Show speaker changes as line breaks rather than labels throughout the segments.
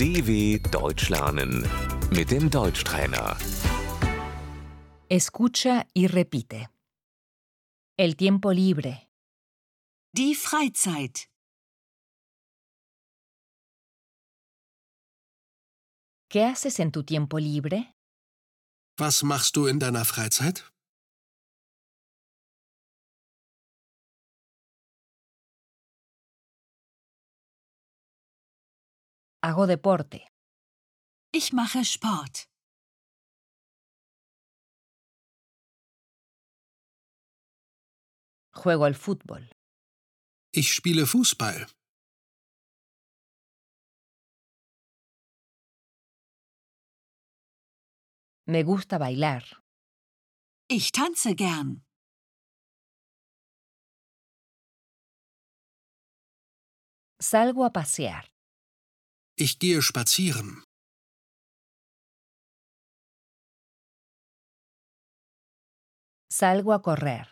DW Deutsch lernen mit dem Deutschtrainer.
Escucha y repite. El tiempo libre.
Die Freizeit.
¿Qué haces en tu tiempo libre?
Was machst du in deiner Freizeit?
Hago deporte.
Ich mache Sport.
Juego al fútbol.
Ich spiele Fußball.
Me gusta bailar.
Ich tanze gern.
Salgo a pasear.
Ich gehe spazieren.
Salgo a correr.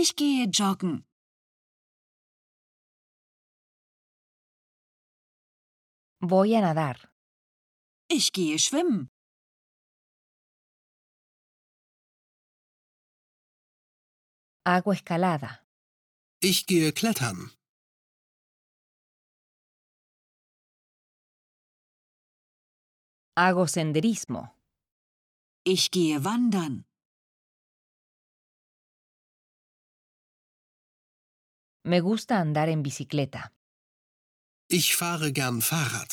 Ich gehe joggen.
Voy a nadar.
Ich gehe schwimmen.
Hago escalada.
Ich gehe klettern.
Hago senderismo.
Ich gehe wandern.
Me gusta andar en bicicleta.
Ich fahre gern Fahrrad.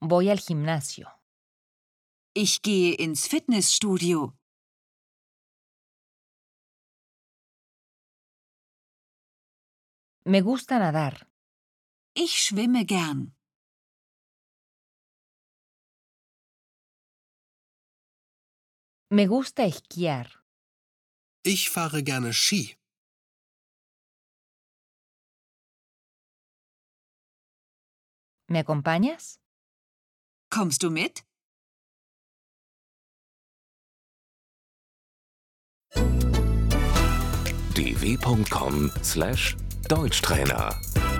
Voy al gimnasio.
Ich gehe ins Fitnessstudio.
Me gusta nadar.
Ich schwimme gern.
Me gusta esquiar.
Ich fahre gerne Ski.
¿Me acompañas?
Kommst du mit?
dw.com/deutschtrainer